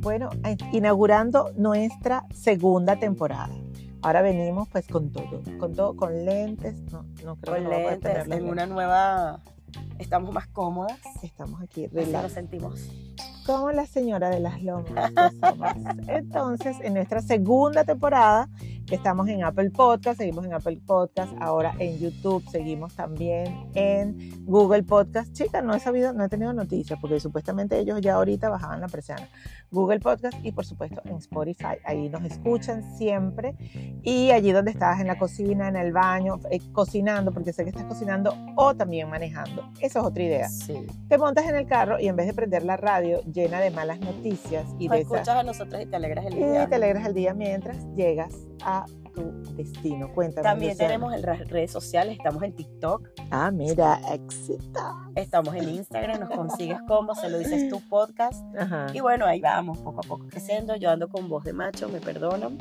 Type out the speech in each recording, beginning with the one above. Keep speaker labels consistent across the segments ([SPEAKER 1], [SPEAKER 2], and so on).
[SPEAKER 1] bueno, inaugurando nuestra segunda temporada. Ahora venimos pues con todo, con todo, con lentes, no, no creo que no
[SPEAKER 2] con
[SPEAKER 1] vamos a poder
[SPEAKER 2] lentes,
[SPEAKER 1] tener
[SPEAKER 2] en
[SPEAKER 1] los
[SPEAKER 2] una nueva... Estamos más cómodas.
[SPEAKER 1] lentes. Estamos aquí
[SPEAKER 2] Así
[SPEAKER 1] relajados.
[SPEAKER 2] lo sentimos.
[SPEAKER 1] como la señora de las lomas que somos. Entonces, en nuestra segunda temporada, que estamos en Apple Podcast, seguimos en Apple Podcast, ahora en YouTube, seguimos también en Google Podcast. Chica, no he sabido, no he tenido noticias, porque supuestamente ellos ya ahorita bajaban la persiana. Google Podcast y por supuesto en Spotify, ahí nos escuchan siempre. Y allí donde estás, en la cocina, en el baño, eh, cocinando, porque sé que estás cocinando o también manejando. Esa es otra idea
[SPEAKER 2] Sí.
[SPEAKER 1] te montas en el carro y en vez de prender la radio llena de malas noticias y
[SPEAKER 2] Nos
[SPEAKER 1] de esas-
[SPEAKER 2] escuchas a nosotros y te alegras el día.
[SPEAKER 1] y te alegras el día mientras llegas a tu destino. Cuéntame.
[SPEAKER 2] También
[SPEAKER 1] Luciana.
[SPEAKER 2] tenemos en las redes sociales, estamos en TikTok,
[SPEAKER 1] Ah, mira, éxito.
[SPEAKER 2] estamos en Instagram, nos consigues como se lo dices tu podcast.
[SPEAKER 1] Ajá.
[SPEAKER 2] Y bueno, ahí vamos, poco a poco creciendo. Yo ando con voz de macho, me perdonan.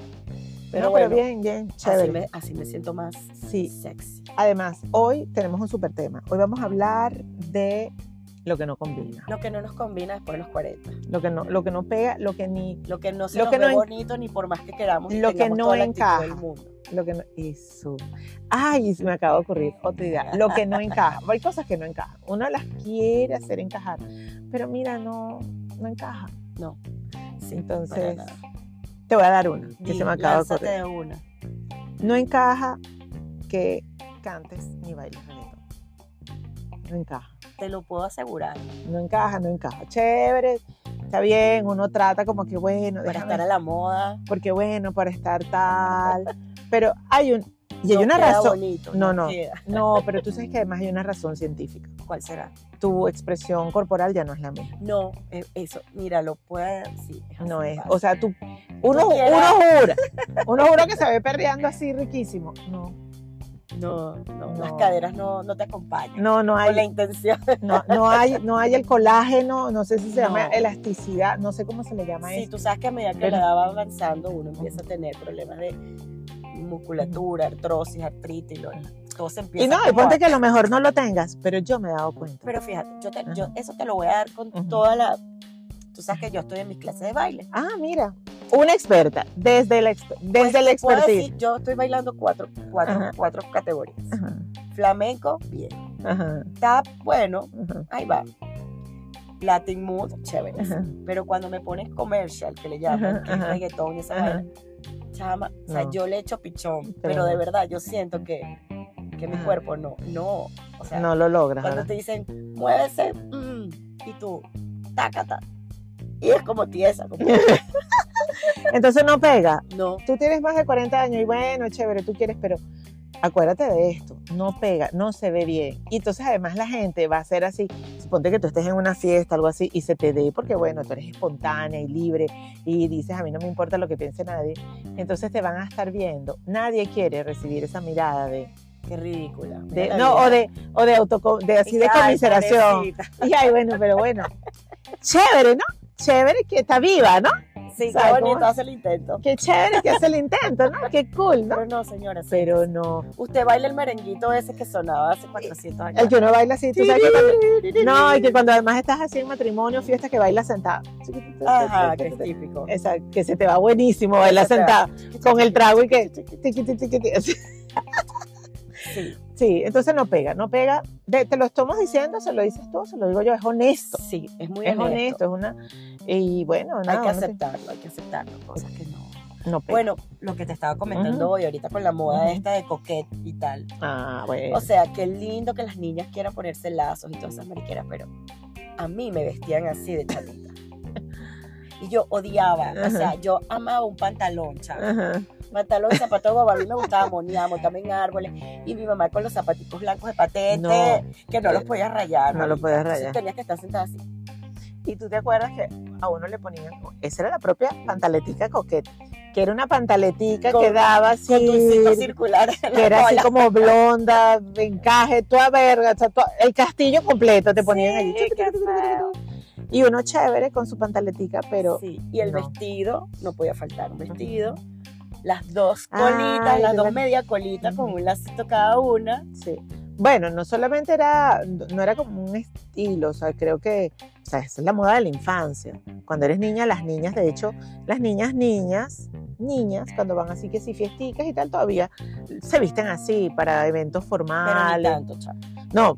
[SPEAKER 2] Pero
[SPEAKER 1] No,
[SPEAKER 2] bueno,
[SPEAKER 1] bien, bien,
[SPEAKER 2] así,
[SPEAKER 1] chévere.
[SPEAKER 2] me, así me siento más
[SPEAKER 1] Sí.
[SPEAKER 2] sexy.
[SPEAKER 1] Además, hoy tenemos un super tema. Hoy vamos a hablar de lo que no combina,
[SPEAKER 2] Lo que no nos combina después de los 40.
[SPEAKER 1] lo que no, lo que no pega, lo que ni,
[SPEAKER 2] Lo que no se
[SPEAKER 1] Lo
[SPEAKER 2] nos
[SPEAKER 1] que
[SPEAKER 2] ve
[SPEAKER 1] no en-
[SPEAKER 2] bonito ni por más que queramos. y
[SPEAKER 1] lo que
[SPEAKER 2] tengamos
[SPEAKER 1] no
[SPEAKER 2] toda la actitud
[SPEAKER 1] encaja.
[SPEAKER 2] del mundo.
[SPEAKER 1] lo que no, eso. Ay, se me acaba de ocurrir otra idea. Lo que no encaja. Hay cosas que no encajan. Uno las quiere hacer encajar, pero mira, no, no encaja.
[SPEAKER 2] No. Sí, para
[SPEAKER 1] Entonces,
[SPEAKER 2] nada.
[SPEAKER 1] te voy a dar una que
[SPEAKER 2] Di,
[SPEAKER 1] se me acaba de
[SPEAKER 2] lánzate
[SPEAKER 1] ocurrir.
[SPEAKER 2] de una.
[SPEAKER 1] No encaja que cantes ni bailes reggaetón. No encaja,
[SPEAKER 2] Te lo puedo asegurar.
[SPEAKER 1] no encaja, no encaja. Chévere, está bien, uno trata como que bueno,
[SPEAKER 2] Para
[SPEAKER 1] déjame,
[SPEAKER 2] estar a la moda.
[SPEAKER 1] porque bueno, para estar tal. Pero hay un, y hay
[SPEAKER 2] no
[SPEAKER 1] una
[SPEAKER 2] queda
[SPEAKER 1] razón.
[SPEAKER 2] bonito,
[SPEAKER 1] No, no.
[SPEAKER 2] queda.
[SPEAKER 1] No, pero tú sabes que además hay una razón científica.
[SPEAKER 2] ¿Cuál será?
[SPEAKER 1] Tu expresión corporal ya no es la misma.
[SPEAKER 2] No, eh, eso, mira, lo puede, sí. así
[SPEAKER 1] No es,
[SPEAKER 2] pasa.
[SPEAKER 1] o sea, tú, uno,
[SPEAKER 2] quieras.
[SPEAKER 1] uno jura, uno jura que se ve perreando así riquísimo. No,
[SPEAKER 2] no, no, las
[SPEAKER 1] no.
[SPEAKER 2] caderas no, no te acompañan.
[SPEAKER 1] no, no hay.
[SPEAKER 2] Con la intención.
[SPEAKER 1] No, no, hay, no hay el colágeno, no sé si se
[SPEAKER 2] No.
[SPEAKER 1] llama elasticidad, no sé cómo se le llama
[SPEAKER 2] Sí,
[SPEAKER 1] eso.
[SPEAKER 2] tú sabes que a medida que
[SPEAKER 1] Pero-
[SPEAKER 2] la edad va avanzando, uno empieza a tener problemas de musculatura, artrosis, artritis, lo- todo se empieza
[SPEAKER 1] Y no, y
[SPEAKER 2] como a-
[SPEAKER 1] ponte que a lo mejor no lo tengas, pero yo me he dado cuenta.
[SPEAKER 2] Pero fíjate, yo, te- yo
[SPEAKER 1] Ajá.
[SPEAKER 2] eso te lo voy a dar con
[SPEAKER 1] Ujú.
[SPEAKER 2] toda la... Tú sabes que yo estoy en mis clases de baile.
[SPEAKER 1] ah, mira, una experta, desde la, exper- desde
[SPEAKER 2] Pues,
[SPEAKER 1] la
[SPEAKER 2] te puedo
[SPEAKER 1] expertise.
[SPEAKER 2] decir, yo estoy bailando cuatro, cuatro,
[SPEAKER 1] Ajá.
[SPEAKER 2] cuatro categorías.
[SPEAKER 1] Ajá,
[SPEAKER 2] Flamenco, bien.
[SPEAKER 1] ajá,
[SPEAKER 2] Tap, bueno,
[SPEAKER 1] ajá,
[SPEAKER 2] ahí va. Latin Mood, chévere.
[SPEAKER 1] ajá.
[SPEAKER 2] Pero cuando me pones comercial, que le llaman,
[SPEAKER 1] Ajá,
[SPEAKER 2] que es
[SPEAKER 1] ajá.
[SPEAKER 2] reggaetón y esa
[SPEAKER 1] Ajá.
[SPEAKER 2] vaina, chama, o sea,
[SPEAKER 1] No.
[SPEAKER 2] yo le echo pichón,
[SPEAKER 1] Pero
[SPEAKER 2] pero de
[SPEAKER 1] no.
[SPEAKER 2] verdad yo siento que, que mi
[SPEAKER 1] Ajá.
[SPEAKER 2] cuerpo no, no, o sea,
[SPEAKER 1] No lo logras.
[SPEAKER 2] cuando
[SPEAKER 1] ¿verdad?
[SPEAKER 2] te dicen, muévese, mm", y tú, tácata, y es como tiesa, como,
[SPEAKER 1] Entonces no pega.
[SPEAKER 2] no,
[SPEAKER 1] Tú tienes más de 40 años y bueno, chévere, tú quieres, pero acuérdate de esto, no pega, no se ve bien. Y entonces además la gente va a ser así, suponte que tú estés en una fiesta, algo así, y se te dé porque bueno, tú eres espontánea y libre y dices, a mí no me importa lo que piense nadie, entonces te van a estar viendo. Nadie quiere recibir esa mirada de,
[SPEAKER 2] qué ridícula.
[SPEAKER 1] de-
[SPEAKER 2] Mira la
[SPEAKER 1] no,
[SPEAKER 2] vida.
[SPEAKER 1] o de, o de, autoco- de así de
[SPEAKER 2] Ay,
[SPEAKER 1] conmiseración.
[SPEAKER 2] pobrecita.
[SPEAKER 1] Y ay, bueno, pero bueno, chévere, ¿no? Chévere que está viva, ¿no?
[SPEAKER 2] Sí, qué
[SPEAKER 1] ¿Sabes cómo
[SPEAKER 2] bonito
[SPEAKER 1] es?
[SPEAKER 2] hace el intento.
[SPEAKER 1] Qué chévere que hace el intento, ¿no? Qué cool, ¿no?
[SPEAKER 2] Pero no, señora, sí.
[SPEAKER 1] Pero no,
[SPEAKER 2] usted baila el merenguito ese que sonaba hace 400 años.
[SPEAKER 1] el que uno baila así, Eh, tú sabes que también- No, y que cuando además estás así en matrimonio, fiestas que bailas sentado.
[SPEAKER 2] Ajá, que es típico.
[SPEAKER 1] Exacto, que se te va buenísimo bailar
[SPEAKER 2] se te
[SPEAKER 1] sentado
[SPEAKER 2] va.
[SPEAKER 1] con el trago y que... tiqui, tiqui, tiqui, así.
[SPEAKER 2] Sí.
[SPEAKER 1] Sí, entonces no pega, no pega. De- te lo estamos diciendo, se lo dices tú, se lo digo yo, es honesto.
[SPEAKER 2] Sí, es muy
[SPEAKER 1] Es honesto,
[SPEAKER 2] honesto.
[SPEAKER 1] es una... Y bueno,
[SPEAKER 2] Hay
[SPEAKER 1] nada,
[SPEAKER 2] que
[SPEAKER 1] uno se-
[SPEAKER 2] aceptarlo, hay que aceptarlo, cosas que no.
[SPEAKER 1] No pega.
[SPEAKER 2] Bueno, lo que te estaba comentando
[SPEAKER 1] Ujú.
[SPEAKER 2] hoy, ahorita con la moda
[SPEAKER 1] Ujú.
[SPEAKER 2] esta de coquet y tal.
[SPEAKER 1] ah, bueno.
[SPEAKER 2] O sea, qué lindo que las niñas quieran ponerse lazos y todas esas mariqueras, pero a mí me vestían así de chavita. Y yo odiaba, o sea, yo amaba un pantalón, chaval.
[SPEAKER 1] Ajá.
[SPEAKER 2] Pantalón, zapato de guava, a mí me gustaba moniamo, también árboles. Y mi mamá con los zapaticos blancos de patete,
[SPEAKER 1] No.
[SPEAKER 2] que no los podía rayar.
[SPEAKER 1] No los
[SPEAKER 2] marica.
[SPEAKER 1] podías
[SPEAKER 2] Entonces
[SPEAKER 1] rayar.
[SPEAKER 2] Tenías que estar sentada así.
[SPEAKER 1] Y tú te acuerdas que a uno le ponían, esa era la propia pantaletica coqueta, que era una pantaletica
[SPEAKER 2] Con-
[SPEAKER 1] que daba así,
[SPEAKER 2] Con dulcitos circulares. en la
[SPEAKER 1] que era así
[SPEAKER 2] cola.
[SPEAKER 1] como blonda, de encaje, toda verga, o sea, toda- el castillo completo te ponían allí.
[SPEAKER 2] Sí, qué feo.
[SPEAKER 1] Y uno chévere con su pantaletica, pero
[SPEAKER 2] Sí, Y el
[SPEAKER 1] no.
[SPEAKER 2] vestido, no podía faltar un vestido. Las dos colitas,
[SPEAKER 1] Ah, Ay,
[SPEAKER 2] las
[SPEAKER 1] de
[SPEAKER 2] dos
[SPEAKER 1] la-
[SPEAKER 2] media colitas con
[SPEAKER 1] Ujú.
[SPEAKER 2] un lacito cada una.
[SPEAKER 1] sí. Bueno, no solamente era, no era como un estilo, o sea, creo que sea, esa es la moda de la infancia. Cuando eres niña, las niñas, de hecho, las niñas, niñas, niñas, cuando van así que si fiesticas y tal, todavía se visten así para eventos
[SPEAKER 2] Pero ni
[SPEAKER 1] formales.
[SPEAKER 2] tanto, chama.
[SPEAKER 1] No,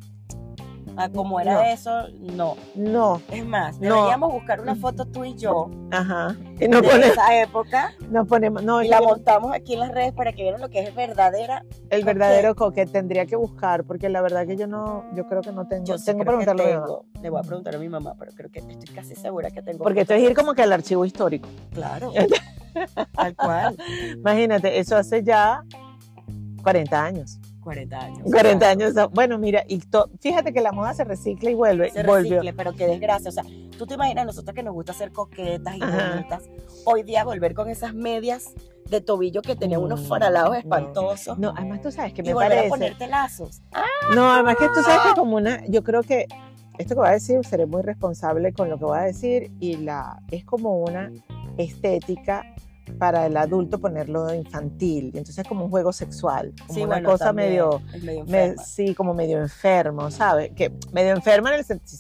[SPEAKER 2] Ah, como era
[SPEAKER 1] No.
[SPEAKER 2] eso, no.
[SPEAKER 1] no,
[SPEAKER 2] Es más,
[SPEAKER 1] No.
[SPEAKER 2] deberíamos buscar una foto tú y yo
[SPEAKER 1] ajá. Y no
[SPEAKER 2] de
[SPEAKER 1] pone-
[SPEAKER 2] esa época
[SPEAKER 1] no ponemos, no,
[SPEAKER 2] y
[SPEAKER 1] es
[SPEAKER 2] la
[SPEAKER 1] que
[SPEAKER 2] montamos aquí en las redes para que vean lo que es verdadera.
[SPEAKER 1] el verdadero coque tendría que buscar, porque la verdad que yo no, yo creo que no tengo,
[SPEAKER 2] Yo sí
[SPEAKER 1] Pues, tengo que
[SPEAKER 2] creo
[SPEAKER 1] preguntarle a mi mamá.
[SPEAKER 2] tengo. Le voy a preguntar a mi mamá, pero creo que estoy casi segura que tengo.
[SPEAKER 1] Porque esto es ir como que al archivo histórico.
[SPEAKER 2] Claro. Tal cual.
[SPEAKER 1] Imagínate, eso hace ya 40 años.
[SPEAKER 2] 40 años.
[SPEAKER 1] 40
[SPEAKER 2] claro.
[SPEAKER 1] años. Bueno, mira, y to- fíjate que la moda se recicla y vuelve.
[SPEAKER 2] se
[SPEAKER 1] volvió.
[SPEAKER 2] recicle, pero qué desgracia. O sea, tú te imaginas nosotros que nos gusta ser coquetas y
[SPEAKER 1] Ajá.
[SPEAKER 2] bonitas, hoy día volver con esas medias de tobillo que tenían unos
[SPEAKER 1] No,
[SPEAKER 2] faralados
[SPEAKER 1] Mm, no.
[SPEAKER 2] espantosos
[SPEAKER 1] No, además tú sabes que
[SPEAKER 2] y
[SPEAKER 1] me
[SPEAKER 2] volver
[SPEAKER 1] parece.
[SPEAKER 2] a ponerte lazos. Ah,
[SPEAKER 1] No, además que tú sabes que como una, yo creo que esto que voy a decir, seré muy responsable con lo que voy a decir y la es como una estética para el adulto ponerlo infantil, y entonces es como un juego sexual, como una
[SPEAKER 2] bueno,
[SPEAKER 1] cosa
[SPEAKER 2] también
[SPEAKER 1] medio
[SPEAKER 2] es medio
[SPEAKER 1] me-
[SPEAKER 2] enferma.
[SPEAKER 1] sí, como medio enfermo, ¿sabes? Que medio enfermo en el sentido,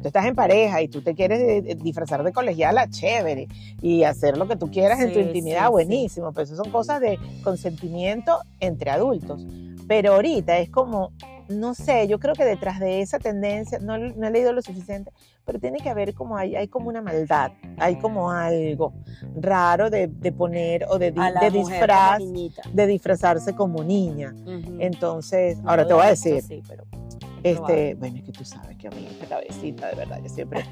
[SPEAKER 1] tú estás en pareja y tú te quieres eh, disfrazar de colegiala, chévere, y hacer lo que tú quieras en tu
[SPEAKER 2] Sí, sí,
[SPEAKER 1] intimidad,
[SPEAKER 2] sí.
[SPEAKER 1] buenísimo, pero eso son cosas de consentimiento entre adultos. Pero ahorita es como, no sé, yo creo que detrás de esa tendencia, no, no he leído lo suficiente, pero tiene que haber como, hay, hay como una maldad, hay como algo raro de, de poner o de, di-
[SPEAKER 2] a la
[SPEAKER 1] de
[SPEAKER 2] mujer como
[SPEAKER 1] disfraz,
[SPEAKER 2] niñita.
[SPEAKER 1] de disfrazarse como niña.
[SPEAKER 2] Ujú.
[SPEAKER 1] Entonces,
[SPEAKER 2] No
[SPEAKER 1] ahora
[SPEAKER 2] lo
[SPEAKER 1] te voy a
[SPEAKER 2] he visto,
[SPEAKER 1] decir,
[SPEAKER 2] sí, pero es probable.
[SPEAKER 1] este, bueno, es que tú sabes que a mí esta cabecita, de verdad, yo siempre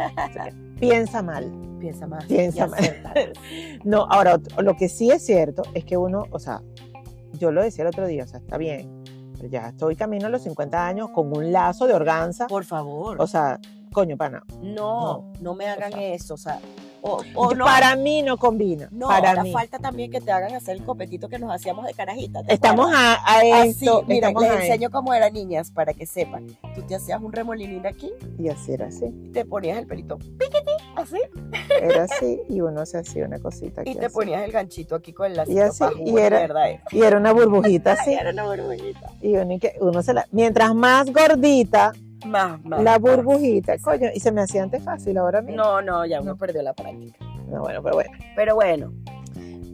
[SPEAKER 1] piensa mal.
[SPEAKER 2] piensa más.
[SPEAKER 1] piensa
[SPEAKER 2] y
[SPEAKER 1] más.
[SPEAKER 2] acéptalo.
[SPEAKER 1] No, ahora, ot- lo que sí es cierto es que uno, o sea, yo lo decía el otro día, o sea, está bien, pero ya estoy camino a los 50 años con un lazo de organza,
[SPEAKER 2] Por favor,
[SPEAKER 1] o sea, coño, pana,
[SPEAKER 2] no, no me hagan
[SPEAKER 1] o sea.
[SPEAKER 2] eso, o sea, o, o no,
[SPEAKER 1] para mí no combina,
[SPEAKER 2] no,
[SPEAKER 1] para
[SPEAKER 2] ahora
[SPEAKER 1] mí.
[SPEAKER 2] falta también que te hagan hacer el copetito que nos hacíamos de carajita. ¿te
[SPEAKER 1] Estamos
[SPEAKER 2] acuerdas?
[SPEAKER 1] a, a
[SPEAKER 2] Así,
[SPEAKER 1] esto,
[SPEAKER 2] mira,
[SPEAKER 1] estamos
[SPEAKER 2] les
[SPEAKER 1] a esto.
[SPEAKER 2] enseño cómo eran niñas para que sepan. Tú te hacías un remolinito aquí
[SPEAKER 1] Y así era así,
[SPEAKER 2] y te ponías el pelito piquiti, así,
[SPEAKER 1] era así, y uno se hacía una cosita
[SPEAKER 2] y
[SPEAKER 1] aquí
[SPEAKER 2] te
[SPEAKER 1] así.
[SPEAKER 2] ponías el ganchito aquí con el lacito
[SPEAKER 1] Y así,
[SPEAKER 2] pajú,
[SPEAKER 1] y era-
[SPEAKER 2] ¿verdad? eh?
[SPEAKER 1] Y era una burbujita
[SPEAKER 2] Ay,
[SPEAKER 1] así,
[SPEAKER 2] era una burbujita.
[SPEAKER 1] y uno, y que- uno se la... Mientras más gordita,
[SPEAKER 2] Más, más.
[SPEAKER 1] la
[SPEAKER 2] más.
[SPEAKER 1] burbujita, coño, y se me hacía antes fácil, ahora mismo.
[SPEAKER 2] No, no, ya uno
[SPEAKER 1] No.
[SPEAKER 2] perdió la práctica.
[SPEAKER 1] No, bueno, pero bueno.
[SPEAKER 2] Pero bueno,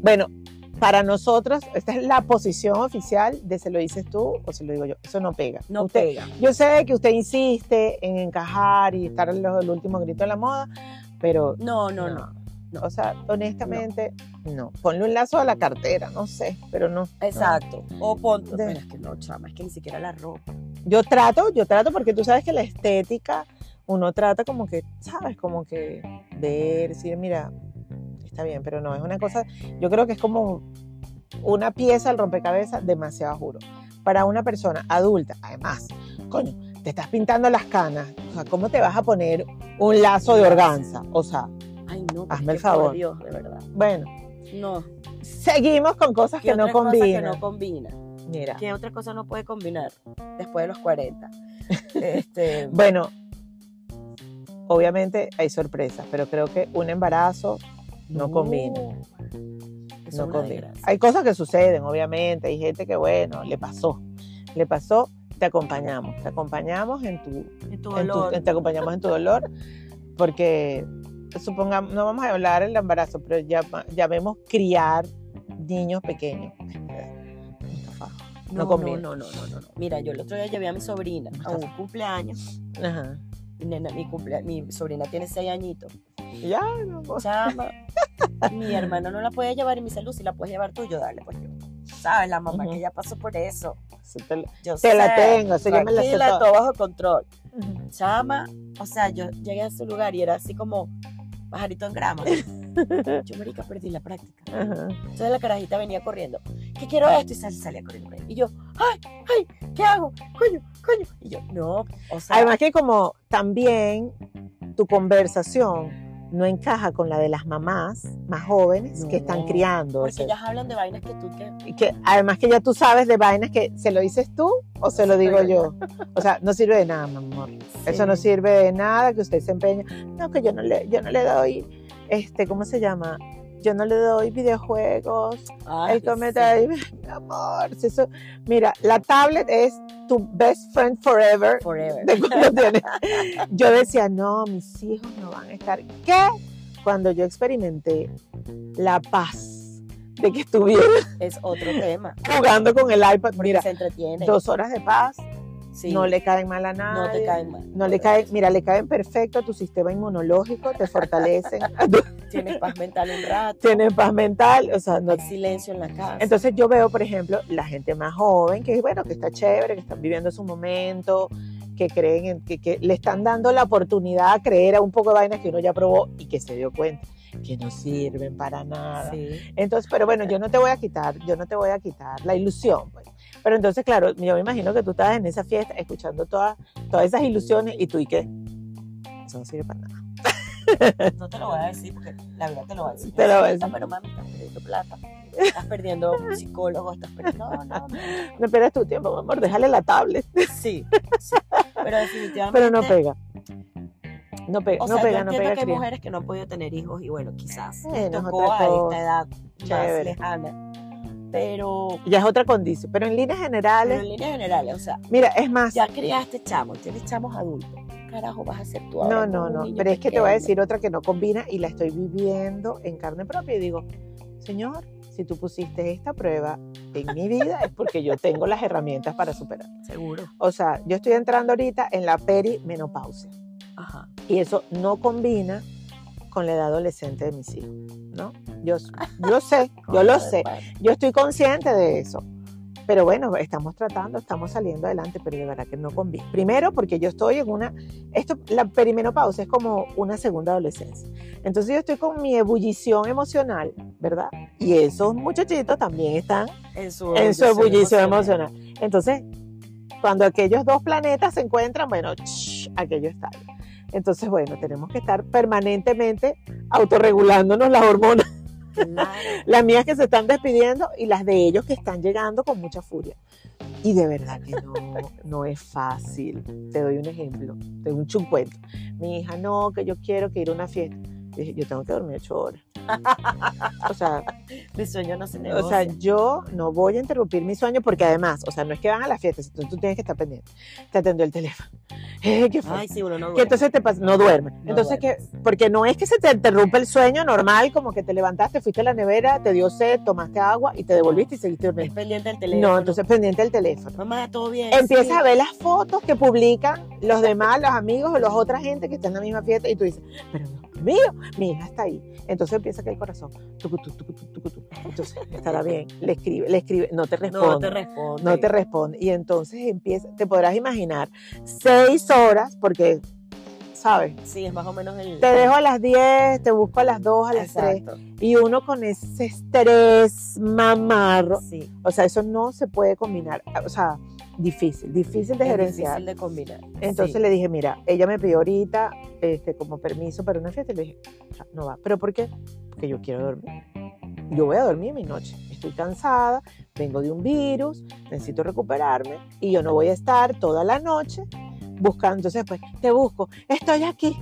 [SPEAKER 1] Bueno, para nosotros, esta es la posición oficial de se lo dices tú o se lo digo yo. Eso no pega.
[SPEAKER 2] no
[SPEAKER 1] Usted-
[SPEAKER 2] pega.
[SPEAKER 1] Yo sé que usted insiste en encajar y estar en los- el último grito de la moda, pero,
[SPEAKER 2] No, no, no. no.
[SPEAKER 1] o sea, honestamente, no. Ponle un lazo a la cartera, no sé, pero no.
[SPEAKER 2] Exacto. O ponte.
[SPEAKER 1] De-
[SPEAKER 2] Pero es que no, chama, es que ni siquiera la ropa.
[SPEAKER 1] Yo trato, yo trato porque tú sabes que la estética, uno trata como que, sabes, como que ver, decir, mira, está bien, pero no, es una cosa, yo creo que es como una pieza del rompecabezas demasiado juro. Para una persona adulta, además, coño, te estás pintando las canas, o sea, ¿cómo te vas a poner un lazo de organza? O sea,
[SPEAKER 2] Ay, no. pero
[SPEAKER 1] Hazme
[SPEAKER 2] es
[SPEAKER 1] el
[SPEAKER 2] que por
[SPEAKER 1] favor.
[SPEAKER 2] Dios, de verdad.
[SPEAKER 1] bueno,
[SPEAKER 2] No.
[SPEAKER 1] seguimos con cosas
[SPEAKER 2] ¿Qué
[SPEAKER 1] que no
[SPEAKER 2] otra cosa que
[SPEAKER 1] combinan.
[SPEAKER 2] no combina?
[SPEAKER 1] Mira,
[SPEAKER 2] ¿Qué otra cosa no puede combinar después de los 40? Este,
[SPEAKER 1] bueno, obviamente hay sorpresas, pero creo que un embarazo no combina.
[SPEAKER 2] Uh, Eso
[SPEAKER 1] no
[SPEAKER 2] es una
[SPEAKER 1] combina.
[SPEAKER 2] desgracia.
[SPEAKER 1] Hay cosas que suceden, obviamente. Hay gente que, bueno, le pasó. Le pasó, te acompañamos. Te acompañamos en tu,
[SPEAKER 2] Y tu
[SPEAKER 1] en tu-
[SPEAKER 2] dolor.
[SPEAKER 1] te acompañamos en tu dolor. Porque, supongamos, no vamos a hablar del embarazo, pero ya llamemos criar niños pequeños. Mustafa. no combina.
[SPEAKER 2] No, no, no, no, no. Mira, yo el otro día llevé a mi sobrina a un cumpleaños.
[SPEAKER 1] Ajá.
[SPEAKER 2] Mi nena- mi, cumplea- mi sobrina tiene seis añitos.
[SPEAKER 1] Ya, no.
[SPEAKER 2] Chama. mi hermano no la puede llevar y me dice, Lucy, la puedes llevar tú. Yo, dale, pues yo. ¿Sabes? La mamá
[SPEAKER 1] Ujú.
[SPEAKER 2] que ya pasó por eso.
[SPEAKER 1] se te la-
[SPEAKER 2] Yo
[SPEAKER 1] te la
[SPEAKER 2] sé.
[SPEAKER 1] tengo, así que me la sé
[SPEAKER 2] Tranquila,
[SPEAKER 1] toda.
[SPEAKER 2] todo bajo control.
[SPEAKER 1] Ujú.
[SPEAKER 2] chama, o sea, yo llegué a su lugar y era así como pajarito en grama. Yo, marica, perdí la práctica.
[SPEAKER 1] Ajá.
[SPEAKER 2] Entonces la carajita venía corriendo, ¿qué quiero esto? Y sal- salía corriendo. por ahí. Y yo, ay, ay, ¿qué hago? Coño, coño. Y yo, no, o sea,
[SPEAKER 1] Además que como también tu conversación no encaja con la de las mamás más jóvenes que están
[SPEAKER 2] No,
[SPEAKER 1] criando. o
[SPEAKER 2] porque
[SPEAKER 1] sea,
[SPEAKER 2] ellas hablan de vainas que tú que...
[SPEAKER 1] que además que ya tú sabes de vainas que se lo dices tú o se lo digo yo. O sea, no sirve de nada, mi amor. Eso no
[SPEAKER 2] Sí.
[SPEAKER 1] sirve de nada que usted se empeñe. No, que yo no le, yo no le doy, este, ¿cómo se llama? yo no le doy videojuegos,
[SPEAKER 2] Ay,
[SPEAKER 1] él comete ahí, mi amor, si eso, mira, la tablet es tu best friend forever.
[SPEAKER 2] Forever.
[SPEAKER 1] de cuando tienes. Yo decía, no, mis hijos no van a estar. ¿Qué? Cuando yo experimenté la paz de que estuviera
[SPEAKER 2] Es otro tema.
[SPEAKER 1] jugando con el iPad,
[SPEAKER 2] Porque
[SPEAKER 1] mira,
[SPEAKER 2] se entretiene.
[SPEAKER 1] dos horas de paz,
[SPEAKER 2] Sí,
[SPEAKER 1] no le caen mal a nadie.
[SPEAKER 2] no te caen mal.
[SPEAKER 1] No le caen, mira, le caen perfecto a tu sistema inmunológico, te fortalecen,
[SPEAKER 2] Tienes paz mental un rato.
[SPEAKER 1] tienes paz mental, o sea, no
[SPEAKER 2] Hay silencio en la casa.
[SPEAKER 1] Entonces yo veo, por ejemplo, la gente más joven que bueno, que está chévere, que están viviendo su momento, que creen en, que, que le están dando la oportunidad a creer a un poco de vainas que uno ya probó y que se dio cuenta que no sirven para nada.
[SPEAKER 2] Sí.
[SPEAKER 1] Entonces, pero bueno, yo no te voy a quitar, yo no te voy a quitar la ilusión, pues. Pero entonces, claro, yo me imagino que tú estabas en esa fiesta escuchando todas todas esas ilusiones y tú y qué. Eso no sirve para nada.
[SPEAKER 2] No te lo voy a decir porque la verdad te lo voy a decir.
[SPEAKER 1] Te lo voy a decir.
[SPEAKER 2] Pero mami, estás perdiendo plata. Estás perdiendo un psicólogo. Estás perdiendo... No, no, no.
[SPEAKER 1] No pierdas tu tiempo, mi amor, déjale la tablet.
[SPEAKER 2] Sí, sí. Pero definitivamente...
[SPEAKER 1] Pero no pega. No pega,
[SPEAKER 2] O
[SPEAKER 1] no
[SPEAKER 2] sea, yo
[SPEAKER 1] pega, no
[SPEAKER 2] entiendo
[SPEAKER 1] pega.
[SPEAKER 2] que hay
[SPEAKER 1] cría.
[SPEAKER 2] mujeres que no han podido tener hijos y bueno, quizás
[SPEAKER 1] Sí,
[SPEAKER 2] les
[SPEAKER 1] no es
[SPEAKER 2] tocó
[SPEAKER 1] otra
[SPEAKER 2] a
[SPEAKER 1] cosa.
[SPEAKER 2] esta edad
[SPEAKER 1] Chévere.
[SPEAKER 2] más lejana. Pero,
[SPEAKER 1] ya es otra condición. Pero en líneas
[SPEAKER 2] pero
[SPEAKER 1] generales,
[SPEAKER 2] en líneas generales, o sea,
[SPEAKER 1] mira, es más,
[SPEAKER 2] ya criaste chamos, tienes chamos adultos. ¿Qué Carajo, vas a hacer tú
[SPEAKER 1] no,
[SPEAKER 2] ahora con
[SPEAKER 1] no,
[SPEAKER 2] un
[SPEAKER 1] no.
[SPEAKER 2] niño
[SPEAKER 1] Pero es que te voy a
[SPEAKER 2] pequeño?
[SPEAKER 1] decir otra que no combina y la estoy viviendo en carne propia. Y digo, señor, si tú pusiste esta prueba en mi vida es porque yo tengo las herramientas para superar.
[SPEAKER 2] Seguro.
[SPEAKER 1] O sea, yo estoy entrando ahorita en la perimenopausia
[SPEAKER 2] Ajá.
[SPEAKER 1] y eso no combina con la edad adolescente de mis hijos, ¿no? Yo, yo sé, yo lo sé. Yo estoy consciente de eso. Pero bueno, estamos tratando, estamos saliendo adelante, pero de verdad que no conviene. Primero, porque yo estoy en una. Esto, la perimenopausa es como una segunda adolescencia. Entonces, yo estoy con mi ebullición emocional, ¿verdad? Y esos muchachitos también están
[SPEAKER 2] En su,
[SPEAKER 1] en su ebullición emocional. Entonces, cuando aquellos dos planetas se encuentran, bueno, ch, aquello está. ahí. Entonces, bueno, tenemos que estar permanentemente autorregulándonos las hormonas
[SPEAKER 2] Claro.
[SPEAKER 1] las mías que se están despidiendo y las de ellos que están llegando con mucha furia. Y de verdad que no, no es fácil. Te doy un ejemplo, te doy un chuncuento. Mi hija, no, que yo quiero que ir a una fiesta. Yo dije, yo tengo que dormir ocho horas. O sea,
[SPEAKER 2] Mi sueño no se negocia.
[SPEAKER 1] o sea, yo no voy a interrumpir mi sueño porque además, o sea, no es que van a las fiestas, entonces tú tienes que estar pendiente. Te atendió el teléfono. Eh, ¿qué fue?
[SPEAKER 2] Ay, sí, uno no
[SPEAKER 1] que
[SPEAKER 2] duerme.
[SPEAKER 1] entonces te pasa, no duermes.
[SPEAKER 2] No
[SPEAKER 1] entonces, que,
[SPEAKER 2] duermes.
[SPEAKER 1] porque no es que se te interrumpe el sueño normal, como que te levantaste, fuiste a la nevera, te dio sed, tomaste agua y te devolviste y seguiste
[SPEAKER 2] Es
[SPEAKER 1] durmiendo.
[SPEAKER 2] pendiente del teléfono.
[SPEAKER 1] No, entonces pendiente del teléfono.
[SPEAKER 2] Mamá, todo bien.
[SPEAKER 1] Empiezas
[SPEAKER 2] Sí.
[SPEAKER 1] a ver las fotos que publican los demás, los amigos o los otra gente que está en la misma fiesta y tú dices, pero Dios mío, mi hija está ahí. Entonces empieza que el corazón, tucu, tucu, tucu, tucu, tucu. entonces estará bien, le escribe, le escribe, no te responde
[SPEAKER 2] No te responde.
[SPEAKER 1] no te responde. Y entonces empieza, te podrás imaginar, seis horas, porque, ¿sabes?
[SPEAKER 2] Sí, es más o menos el.
[SPEAKER 1] Te dejo a las 10, te busco a las 2, a las 3.
[SPEAKER 2] Exacto.
[SPEAKER 1] Y uno con ese estrés mamarro.
[SPEAKER 2] Sí.
[SPEAKER 1] O sea, eso no se puede combinar. O sea, difícil, difícil de
[SPEAKER 2] es
[SPEAKER 1] gerenciar.
[SPEAKER 2] difícil de combinar.
[SPEAKER 1] Entonces
[SPEAKER 2] Sí.
[SPEAKER 1] le dije, mira, ella me pidió ahorita este, como permiso para una fiesta. Y le dije, o sea, no va. ¿Pero por qué? Porque yo quiero dormir. Yo voy a dormir mi noche. Estoy cansada, vengo de un virus, necesito recuperarme y yo no voy a estar toda la noche buscando. Entonces, pues, te busco. Estoy aquí.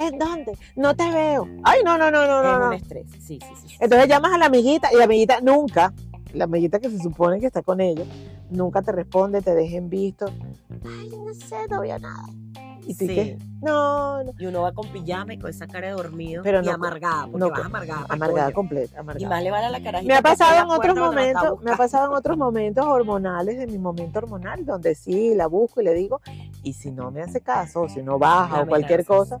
[SPEAKER 1] ¿En dónde? No te veo. Ay, no, no, no, no,
[SPEAKER 2] es
[SPEAKER 1] no.
[SPEAKER 2] un
[SPEAKER 1] no.
[SPEAKER 2] estrés. Sí, sí, sí. sí.
[SPEAKER 1] Entonces llamas a la amiguita y la amiguita nunca, la amiguita que se supone que está con ella, nunca te responde, te dejen visto. Ay, yo no sé, no veo nada. Y tú
[SPEAKER 2] Sí.
[SPEAKER 1] que, no, no.
[SPEAKER 2] Y uno va con pijama y con esa cara de dormido
[SPEAKER 1] Pero
[SPEAKER 2] y
[SPEAKER 1] no-
[SPEAKER 2] amargada, porque
[SPEAKER 1] no-
[SPEAKER 2] vas amargada. pa'l
[SPEAKER 1] Amargada
[SPEAKER 2] coño.
[SPEAKER 1] completa,
[SPEAKER 2] Y
[SPEAKER 1] amargada.
[SPEAKER 2] más le vale a la carajita.
[SPEAKER 1] Me ha
[SPEAKER 2] que está
[SPEAKER 1] pasado
[SPEAKER 2] la
[SPEAKER 1] en
[SPEAKER 2] puerta
[SPEAKER 1] otros
[SPEAKER 2] donde la está
[SPEAKER 1] momentos, me ha
[SPEAKER 2] buscando.
[SPEAKER 1] pasado en otros momentos hormonales de mi momento hormonal, donde sí la busco y le digo, y si no me hace caso, o si no baja
[SPEAKER 2] La
[SPEAKER 1] o cualquier
[SPEAKER 2] amenazas.
[SPEAKER 1] cosa,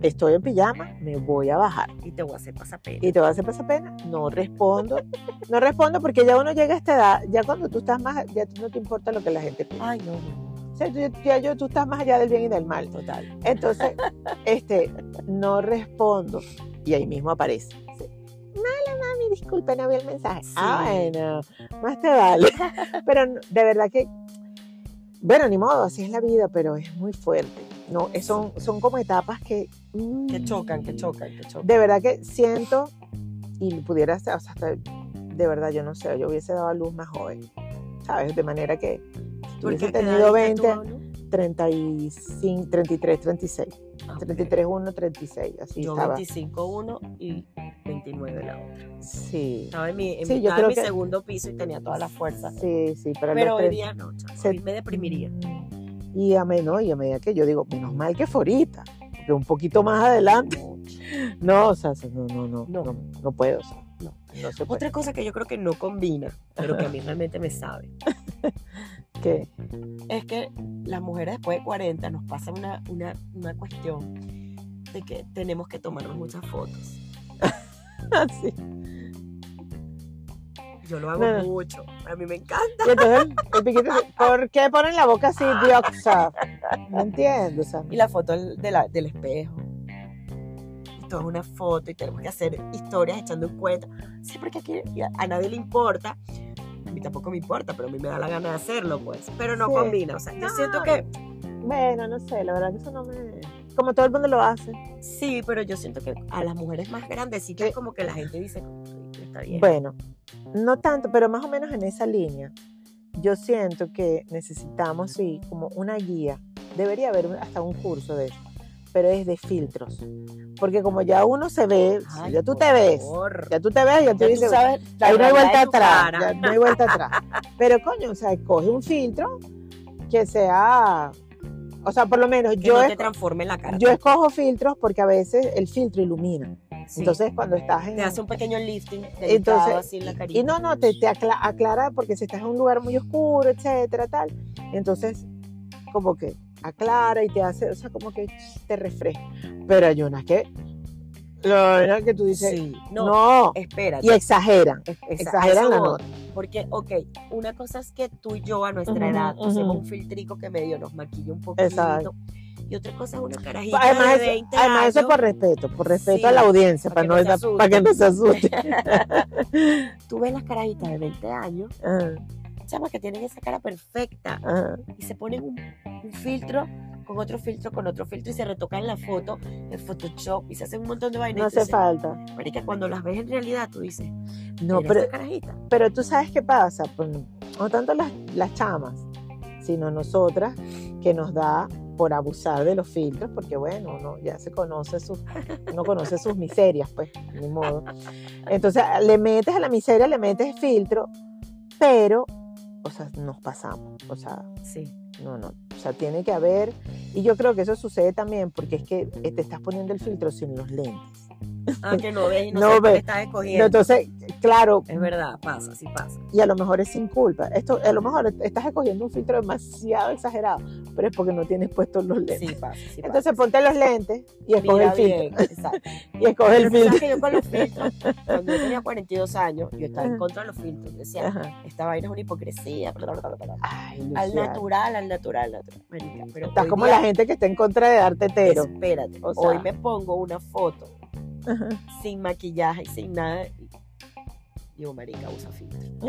[SPEAKER 1] estoy en pijama, me voy a bajar.
[SPEAKER 2] Y te voy a hacer pasapena.
[SPEAKER 1] y te va a hacer pasar pena, no respondo. No respondo porque ya uno llega a esta edad, ya cuando tú estás más, ya no te importa lo que la gente piensa.
[SPEAKER 2] Ay, no, no,
[SPEAKER 1] O sea, tú, ya yo, tú estás más allá del bien y del mal.
[SPEAKER 2] total.
[SPEAKER 1] Entonces, este, no respondo. Y ahí mismo aparece. Sí. Mala mami, disculpa, no vi el mensaje.
[SPEAKER 2] Sí.
[SPEAKER 1] Ah, bueno, más te vale. Pero no- de verdad que, bueno, ni modo, así es la vida, pero es muy fuerte. No, Es- son, son como etapas que... mm,
[SPEAKER 2] Que chocan, que
[SPEAKER 1] chocan
[SPEAKER 2] chocan, que chocan.
[SPEAKER 1] de verdad que siento y pudiera ser, o sea, hasta- de verdad yo no sé, yo hubiese dado a luz más joven, ¿sabes? De manera que
[SPEAKER 2] Porque
[SPEAKER 1] hubiese
[SPEAKER 2] a qué edad
[SPEAKER 1] tenido 20,
[SPEAKER 2] dijiste tú, Pablo?
[SPEAKER 1] 35, 33, 36.
[SPEAKER 2] Ah, ok.
[SPEAKER 1] 33, 1, 36. Así
[SPEAKER 2] Yo
[SPEAKER 1] estaba.
[SPEAKER 2] 25 uno y 29 la otra.
[SPEAKER 1] Sí.
[SPEAKER 2] Estaba en mi, en
[SPEAKER 1] Sí, yo
[SPEAKER 2] mitad de
[SPEAKER 1] creo
[SPEAKER 2] mi
[SPEAKER 1] que-
[SPEAKER 2] segundo piso y tenía toda la fuerza.
[SPEAKER 1] Sí, sí, pero,
[SPEAKER 2] Pero
[SPEAKER 1] los
[SPEAKER 2] hoy
[SPEAKER 1] tres-
[SPEAKER 2] día no, chamo,
[SPEAKER 1] se-
[SPEAKER 2] hoy me deprimiría.
[SPEAKER 1] Y a, men- no, y a medida que yo digo, menos mal que fue ahorita, porque un poquito más adelante. No, o sea, no, no, no,
[SPEAKER 2] No.
[SPEAKER 1] no, no puedo. o sea,
[SPEAKER 2] No.
[SPEAKER 1] no, se puede.
[SPEAKER 2] Otra cosa que yo creo que no combina, pero que a mí realmente me sabe,
[SPEAKER 1] ¿Qué?
[SPEAKER 2] es que las mujeres después de 40 nos pasa una, una, una cuestión de que tenemos que tomarnos muchas fotos. Ah,
[SPEAKER 1] Así.
[SPEAKER 2] Yo lo hago
[SPEAKER 1] No.
[SPEAKER 2] mucho, a mí me encanta.
[SPEAKER 1] Y entonces el, el piquete, se- ¿por qué ponen la boca así, dioxa? No entiendo, o sea,
[SPEAKER 2] Y la foto del- de la- del espejo. Y todo es una foto y tenemos que hacer historias echando un cuento. Sí, porque aquí a, a nadie le importa. A mí tampoco me importa, pero a mí me da la gana de hacerlo, pues. Pero no
[SPEAKER 1] Sí.
[SPEAKER 2] combina, o sea,
[SPEAKER 1] No.
[SPEAKER 2] yo siento que
[SPEAKER 1] bueno, no sé, la verdad que eso no me... Como todo el mundo lo hace.
[SPEAKER 2] Sí, pero yo siento que a las mujeres más grandecitas
[SPEAKER 1] Sí.
[SPEAKER 2] como que la gente dice, "Ay, está bien.
[SPEAKER 1] Bueno, no tanto, pero más o menos en esa línea. Yo siento que necesitamos, sí, como una guía. Debería haber un- hasta un curso de eso, pero es de filtros. Porque como ya uno se ve,
[SPEAKER 2] Ay,
[SPEAKER 1] ya tú
[SPEAKER 2] por
[SPEAKER 1] te ves,
[SPEAKER 2] favor.
[SPEAKER 1] ya tú te ves, ya tú
[SPEAKER 2] Ya tú
[SPEAKER 1] dices,
[SPEAKER 2] sabes, la
[SPEAKER 1] ahí no hay
[SPEAKER 2] realidad de
[SPEAKER 1] vuelta
[SPEAKER 2] tu
[SPEAKER 1] atrás,
[SPEAKER 2] cara.
[SPEAKER 1] ya no hay vuelta atrás. Pero coño, o sea, coge un filtro que sea, o sea, por lo menos
[SPEAKER 2] Que
[SPEAKER 1] yo,
[SPEAKER 2] no
[SPEAKER 1] esco-
[SPEAKER 2] te transforme la cara.
[SPEAKER 1] yo escojo filtros porque a veces el filtro ilumina.
[SPEAKER 2] Sí.
[SPEAKER 1] Entonces cuando estás en...
[SPEAKER 2] te hace un pequeño lifting delicado
[SPEAKER 1] Entonces,
[SPEAKER 2] así en la carita.
[SPEAKER 1] Y no, no, te, te acla- aclara porque si estás en un lugar muy oscuro, etcétera, tal. Entonces, como que aclara y te hace, o sea, como que te refresca. Pero hay unas que, la verdad que tú dices,
[SPEAKER 2] sí, no,
[SPEAKER 1] no,
[SPEAKER 2] espérate.
[SPEAKER 1] y exageran,
[SPEAKER 2] Es- esa-
[SPEAKER 1] exageran
[SPEAKER 2] eso
[SPEAKER 1] Ah, la
[SPEAKER 2] voy.
[SPEAKER 1] nota.
[SPEAKER 2] Porque, ok, una cosa es que tú y yo a nuestra
[SPEAKER 1] Ujú,
[SPEAKER 2] edad
[SPEAKER 1] ujú.
[SPEAKER 2] usemos un filtrico que medio nos maquilla un poquito.
[SPEAKER 1] Exacto.
[SPEAKER 2] Y otra cosa es una carajita
[SPEAKER 1] Además,
[SPEAKER 2] de
[SPEAKER 1] eso-
[SPEAKER 2] 20
[SPEAKER 1] además eso
[SPEAKER 2] años.
[SPEAKER 1] por respeto, por respeto
[SPEAKER 2] Sí,
[SPEAKER 1] a la audiencia, para,
[SPEAKER 2] para que no
[SPEAKER 1] no,
[SPEAKER 2] se asuste.
[SPEAKER 1] para que no se asuste.
[SPEAKER 2] Tú ves las carajitas de 20 años,
[SPEAKER 1] Ah,
[SPEAKER 2] chamas que tienen esa cara perfecta.
[SPEAKER 1] ah.
[SPEAKER 2] y se ponen un, un filtro con otro filtro, con otro filtro y se retocan la foto en Photoshop y se hacen un montón de vainas.
[SPEAKER 1] no hace falta.
[SPEAKER 2] que cuando las ves en realidad tú dices,
[SPEAKER 1] No,
[SPEAKER 2] "Mira
[SPEAKER 1] pero,
[SPEAKER 2] esta carajita.
[SPEAKER 1] pero tú sabes qué pasa, pues, no tanto las, las chamas, sino nosotras, que nos da por abusar de los filtros, porque bueno, uno ya se conoce sus, uno conoce sus miserias, pues, ni modo. Entonces, le metes a la miseria, le metes filtro, pero, o sea, nos pasamos, o sea,
[SPEAKER 2] Sí,
[SPEAKER 1] no, no, o sea, tiene que haber, y yo creo que eso sucede también, porque es que eh, te estás poniendo el filtro sin los lentes.
[SPEAKER 2] ah, que no ves y no,
[SPEAKER 1] No
[SPEAKER 2] sabes qué
[SPEAKER 1] ves.
[SPEAKER 2] estás escogiendo.
[SPEAKER 1] Entonces, claro,
[SPEAKER 2] es verdad, pasa, sí pasa.
[SPEAKER 1] y a lo mejor es sin culpa. Esto, a lo mejor estás escogiendo un filtro demasiado exagerado, pero es porque no tienes puestos los lentes.
[SPEAKER 2] Sí pasa, sí pasa.
[SPEAKER 1] Entonces ponte los lentes y escoge
[SPEAKER 2] Mira
[SPEAKER 1] el filtro.
[SPEAKER 2] bien, exacto.
[SPEAKER 1] Y escoge el
[SPEAKER 2] Pero tú sabes
[SPEAKER 1] filtro.
[SPEAKER 2] que yo con los filtros, cuando yo tenía 42 años, yo estaba en contra de los filtros. Yo decía,
[SPEAKER 1] Ajá.
[SPEAKER 2] esta vaina es una hipocresía, bla, bla, bla, bla, bla.
[SPEAKER 1] Ay,
[SPEAKER 2] Al
[SPEAKER 1] Lucía,
[SPEAKER 2] natural, al natural, al natural. Marica, pero
[SPEAKER 1] Estás
[SPEAKER 2] hoy
[SPEAKER 1] como
[SPEAKER 2] día-
[SPEAKER 1] la gente que está en contra de darte tero.
[SPEAKER 2] Espérate,
[SPEAKER 1] o
[SPEAKER 2] hoy
[SPEAKER 1] sea-
[SPEAKER 2] me pongo una foto
[SPEAKER 1] Ajá.
[SPEAKER 2] sin maquillaje y sin nada. y Digo, marica, usa filtro.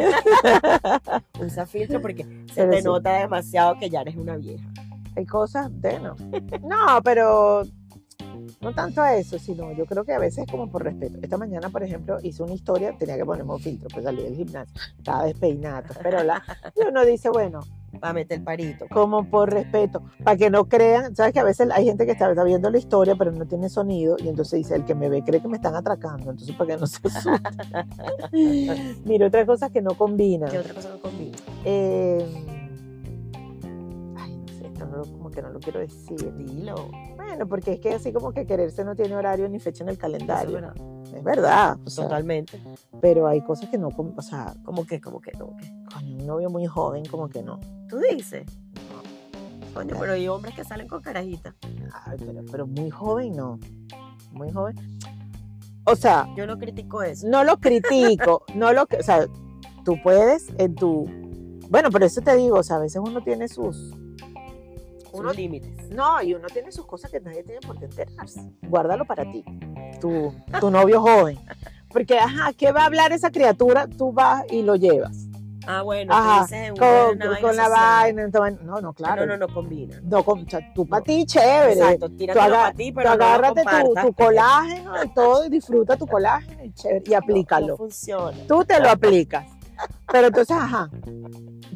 [SPEAKER 2] usa filtro porque se
[SPEAKER 1] Pero
[SPEAKER 2] te
[SPEAKER 1] sí.
[SPEAKER 2] nota demasiado que ya eres una vieja.
[SPEAKER 1] Hay cosas de no. No, pero no tanto a eso, sino yo creo que a veces es como por respeto. Esta mañana, por ejemplo, hice una historia, tenía que ponerme un filtro, pues salí del gimnasio, estaba despeinada, pero la, y uno dice, bueno,
[SPEAKER 2] Va a meter parito.
[SPEAKER 1] como por respeto, para que no crean, sabes que a veces hay gente que está, está viendo la historia pero no tiene sonido y entonces dice, el que me ve cree que me están atracando, entonces para que no se asuste. Mira, otra cosa que no combina.
[SPEAKER 2] ¿Qué otra cosa no combina?
[SPEAKER 1] eh, ay, no sé, esto no lo- como que no lo quiero decir.
[SPEAKER 2] Dilo.
[SPEAKER 1] Bueno, porque es que así como que quererse no tiene horario ni fecha en el calendario.
[SPEAKER 2] Eso es verdad.
[SPEAKER 1] Es verdad, o sea,
[SPEAKER 2] Totalmente.
[SPEAKER 1] pero hay cosas que no, com- o sea,
[SPEAKER 2] Como que, como que, como que.
[SPEAKER 1] coño, un novio muy joven como que no.
[SPEAKER 2] Tú dices. Coño, pero hay hombres que salen con carajitas.
[SPEAKER 1] Ay, pero, pero muy joven no. Muy joven. O sea,
[SPEAKER 2] Yo no critico eso.
[SPEAKER 1] no lo critico, no lo, que- o sea, tú puedes en tu Bueno, pero eso te digo, o sea, a veces uno tiene sus
[SPEAKER 2] Son
[SPEAKER 1] Uno-
[SPEAKER 2] límites.
[SPEAKER 1] No, y uno tiene sus cosas que nadie tiene por qué enterarse. Guárdalo para ti, tu, tu novio joven. Porque, ajá, ¿qué va a hablar esa criatura? Tú vas y lo llevas.
[SPEAKER 2] Ah, bueno,
[SPEAKER 1] Ajá,
[SPEAKER 2] tú dices una-
[SPEAKER 1] Con,
[SPEAKER 2] una vaina
[SPEAKER 1] con la
[SPEAKER 2] social.
[SPEAKER 1] vaina, entonces, no, no, claro.
[SPEAKER 2] No, no, no combina.
[SPEAKER 1] No, con, o sea, tú para ti, chévere.
[SPEAKER 2] Exacto, tíratelo
[SPEAKER 1] aga-
[SPEAKER 2] para ti, pero
[SPEAKER 1] Pero
[SPEAKER 2] no lo
[SPEAKER 1] agárrate tu,
[SPEAKER 2] compartas.
[SPEAKER 1] tu colágeno y todo, y disfruta tu colágeno y, chévere, y
[SPEAKER 2] No, no
[SPEAKER 1] aplícalo.
[SPEAKER 2] funciona.
[SPEAKER 1] Tú te lo aplicas. Pero entonces, ajá,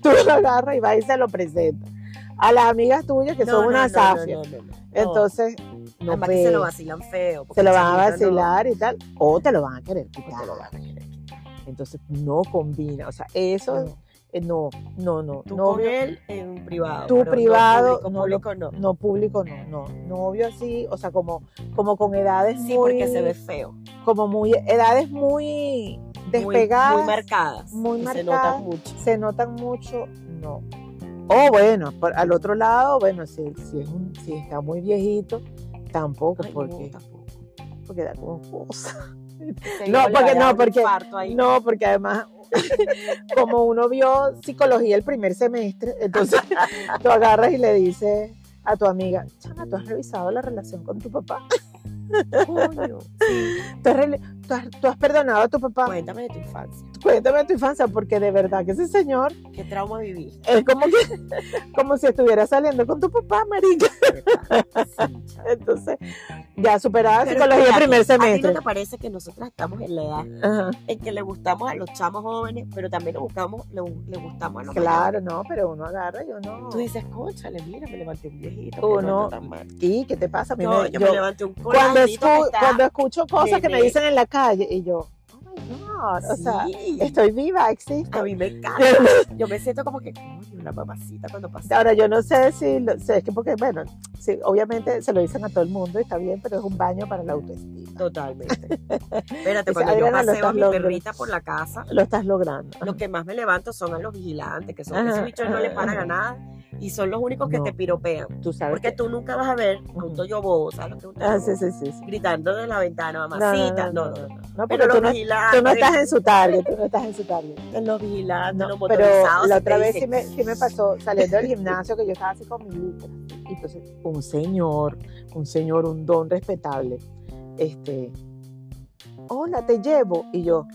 [SPEAKER 1] tú lo agarras y vas y se lo presenta. a las amigas tuyas que son unas zafias.
[SPEAKER 2] no, no, no.
[SPEAKER 1] Entonces, no
[SPEAKER 2] Además que se
[SPEAKER 1] ves.
[SPEAKER 2] lo vacilan feo. porque
[SPEAKER 1] se lo
[SPEAKER 2] el
[SPEAKER 1] van a
[SPEAKER 2] chamito no-
[SPEAKER 1] vacilar y tal, o te lo van a querer
[SPEAKER 2] pues
[SPEAKER 1] quitar.
[SPEAKER 2] te lo van a querer quitar.
[SPEAKER 1] Entonces, no combina. O sea, eso
[SPEAKER 2] No.
[SPEAKER 1] eh, no, no, no.
[SPEAKER 2] Tú con
[SPEAKER 1] novio,
[SPEAKER 2] él en privado.
[SPEAKER 1] Tú
[SPEAKER 2] pero no
[SPEAKER 1] privado,
[SPEAKER 2] público,
[SPEAKER 1] no lo-
[SPEAKER 2] público no.
[SPEAKER 1] no público, no, no. Novio así, o sea, como, como con edades
[SPEAKER 2] Sí,
[SPEAKER 1] muy.
[SPEAKER 2] porque se ve feo. muy-
[SPEAKER 1] Como muy. Edades muy
[SPEAKER 2] Muy,
[SPEAKER 1] despegadas.
[SPEAKER 2] marcadas.
[SPEAKER 1] muy
[SPEAKER 2] que Se
[SPEAKER 1] marcadas.
[SPEAKER 2] nota mucho.
[SPEAKER 1] se notan mucho, no. O bueno, por- al otro lado, bueno, si, si, es un- si está muy viejito, tampoco,
[SPEAKER 2] Ay, no,
[SPEAKER 1] porque,
[SPEAKER 2] tampoco.
[SPEAKER 1] porque da como cosa.
[SPEAKER 2] Ese
[SPEAKER 1] No,
[SPEAKER 2] hijo le
[SPEAKER 1] porque-
[SPEAKER 2] va a dar
[SPEAKER 1] no,
[SPEAKER 2] un
[SPEAKER 1] porque-
[SPEAKER 2] infarto ahí.
[SPEAKER 1] No, porque además, como uno vio psicología el primer semestre, entonces tú agarras y le dices a tu amiga, Chana, ¿tú has revisado la relación con tu papá?
[SPEAKER 2] Coño.
[SPEAKER 1] ¿Tú has, rele- tú has- tú has perdonado a tu papá?
[SPEAKER 2] Cuéntame de tu infancia.
[SPEAKER 1] Cuéntame tu infancia, porque de verdad que ese señor
[SPEAKER 2] ¿Qué trauma viviste?
[SPEAKER 1] es como que como si estuviera saliendo con tu papá, marica.
[SPEAKER 2] Sí, chao.
[SPEAKER 1] Entonces, ya superada
[SPEAKER 2] Pero
[SPEAKER 1] psicología
[SPEAKER 2] espérate,
[SPEAKER 1] primer
[SPEAKER 2] ¿A ti no
[SPEAKER 1] semestre.
[SPEAKER 2] te parece que nosotras estamos en la edad
[SPEAKER 1] Ajá.
[SPEAKER 2] en que le gustamos a los chamos jóvenes, pero también le, buscamos, le, le gustamos a los mayores?
[SPEAKER 1] Claro, no, pero uno agarra y uno.
[SPEAKER 2] Tú dices, cónchale, mira, me levanté un viejito.
[SPEAKER 1] Tú
[SPEAKER 2] que no,
[SPEAKER 1] no.
[SPEAKER 2] está tan mal.
[SPEAKER 1] ¿Y qué te pasa? A mí
[SPEAKER 2] No,
[SPEAKER 1] me-
[SPEAKER 2] yo,
[SPEAKER 1] yo-
[SPEAKER 2] me levanté un
[SPEAKER 1] cuando,
[SPEAKER 2] colacito
[SPEAKER 1] escu-
[SPEAKER 2] que está-
[SPEAKER 1] cuando escucho cosas que me
[SPEAKER 2] bebé.
[SPEAKER 1] dicen en la calle y yo, oh my God, o sea,
[SPEAKER 2] Sí,
[SPEAKER 1] estoy viva, existo.
[SPEAKER 2] a mí me encanta. Yo me siento como que, coño, una mamacita cuando pasa.
[SPEAKER 1] Ahora, yo no sé si, lo- sé, es que porque, bueno, sí, obviamente se lo dicen a todo el mundo y está bien, pero es un baño para la autoestima.
[SPEAKER 2] Totalmente. Espérate,
[SPEAKER 1] Dice,
[SPEAKER 2] cuando yo
[SPEAKER 1] Adriana, lo
[SPEAKER 2] paseo a
[SPEAKER 1] estás
[SPEAKER 2] mi
[SPEAKER 1] logrando.
[SPEAKER 2] perrita por la casa,
[SPEAKER 1] Lo estás logrando.
[SPEAKER 2] los que más me levanto son a los vigilantes, que son
[SPEAKER 1] Ajá,
[SPEAKER 2] esos bichos no le
[SPEAKER 1] ajá,
[SPEAKER 2] paran
[SPEAKER 1] ajá.
[SPEAKER 2] a nada y son los únicos que
[SPEAKER 1] No.
[SPEAKER 2] te piropean.
[SPEAKER 1] Tú sabes.
[SPEAKER 2] Porque
[SPEAKER 1] que-
[SPEAKER 2] tú nunca vas a ver a un
[SPEAKER 1] Ujú.
[SPEAKER 2] toyo bobo, ¿sabes lo que es un toyo
[SPEAKER 1] Ah,
[SPEAKER 2] bobo?
[SPEAKER 1] sí, sí, sí. sí.
[SPEAKER 2] Gritando de la ventana, mamacita. No, no, no.
[SPEAKER 1] No,
[SPEAKER 2] Pero
[SPEAKER 1] porque
[SPEAKER 2] los
[SPEAKER 1] tú no,
[SPEAKER 2] vigilantes,
[SPEAKER 1] tú no estás en su target, tú no estás en su target.
[SPEAKER 2] los vigilantes,
[SPEAKER 1] No,
[SPEAKER 2] los
[SPEAKER 1] pero
[SPEAKER 2] motorizados.
[SPEAKER 1] la
[SPEAKER 2] y te
[SPEAKER 1] otra vez sí
[SPEAKER 2] dicen,
[SPEAKER 1] me, sí me pasó saliendo del gimnasio que yo estaba así con mi litra. Y entonces un señor, un señor, un don respetable, este, hola, te llevo. Y yo,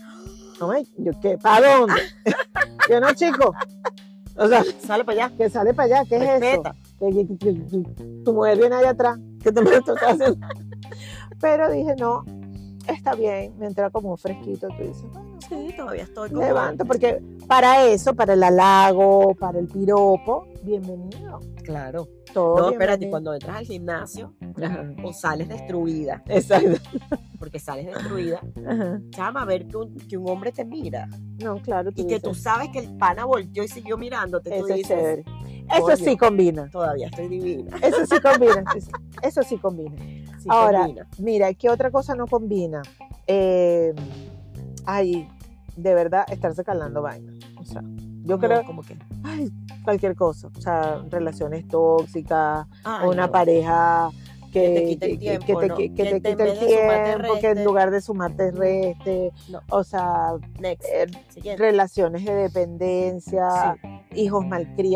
[SPEAKER 1] no me, yo qué, ¿para dónde? yo no, chico. O sea,
[SPEAKER 2] Sale para allá.
[SPEAKER 1] que sale para allá, ¿qué es eso?
[SPEAKER 2] Respeta.
[SPEAKER 1] que, que- que- que tu mujer viene allá atrás, que te me toca hacer. Pero dije, no, está bien, me entra como un fresquito, tú dices, bueno,
[SPEAKER 2] Sí, todavía estoy como-
[SPEAKER 1] levanto, porque para eso, para el halago, para el piropo, bienvenido.
[SPEAKER 2] Claro.
[SPEAKER 1] Todo
[SPEAKER 2] No, espérate,
[SPEAKER 1] bienvenido.
[SPEAKER 2] cuando entras al gimnasio
[SPEAKER 1] Ajá,
[SPEAKER 2] o sales destruida,
[SPEAKER 1] Exacto.
[SPEAKER 2] porque sales destruida,
[SPEAKER 1] Ajá.
[SPEAKER 2] chama, a ver que un, que un hombre te mira
[SPEAKER 1] No, claro, tú
[SPEAKER 2] y que
[SPEAKER 1] dices,
[SPEAKER 2] tú sabes que el pana volteó y siguió mirándote, tú
[SPEAKER 1] eso es
[SPEAKER 2] dices,
[SPEAKER 1] chévere. Eso sí
[SPEAKER 2] "Coño".
[SPEAKER 1] combina,
[SPEAKER 2] todavía estoy divina.
[SPEAKER 1] eso sí combina, tú dices, eso sí combina.
[SPEAKER 2] Sí,
[SPEAKER 1] Ahora,
[SPEAKER 2] combina.
[SPEAKER 1] Mira, ¿qué otra cosa no combina? Eh, ay, de verdad, estarse calando vaina. O sea, yo
[SPEAKER 2] No,
[SPEAKER 1] creo,
[SPEAKER 2] como que
[SPEAKER 1] ay, cualquier cosa. O sea, relaciones tóxicas,
[SPEAKER 2] ay,
[SPEAKER 1] una
[SPEAKER 2] no.
[SPEAKER 1] pareja
[SPEAKER 2] Que te
[SPEAKER 1] que,
[SPEAKER 2] quite el
[SPEAKER 1] que- que
[SPEAKER 2] tiempo,
[SPEAKER 1] te,
[SPEAKER 2] ¿no?
[SPEAKER 1] qui- que te
[SPEAKER 2] Que te- en
[SPEAKER 1] quite el
[SPEAKER 2] vez de sumar, te
[SPEAKER 1] tiempo, que en
[SPEAKER 2] reste.
[SPEAKER 1] lugar de sumarte reste.
[SPEAKER 2] No.
[SPEAKER 1] O sea,
[SPEAKER 2] Next.
[SPEAKER 1] eh,
[SPEAKER 2] Siguiente.
[SPEAKER 1] relaciones de dependencia,
[SPEAKER 2] Sí.
[SPEAKER 1] hijos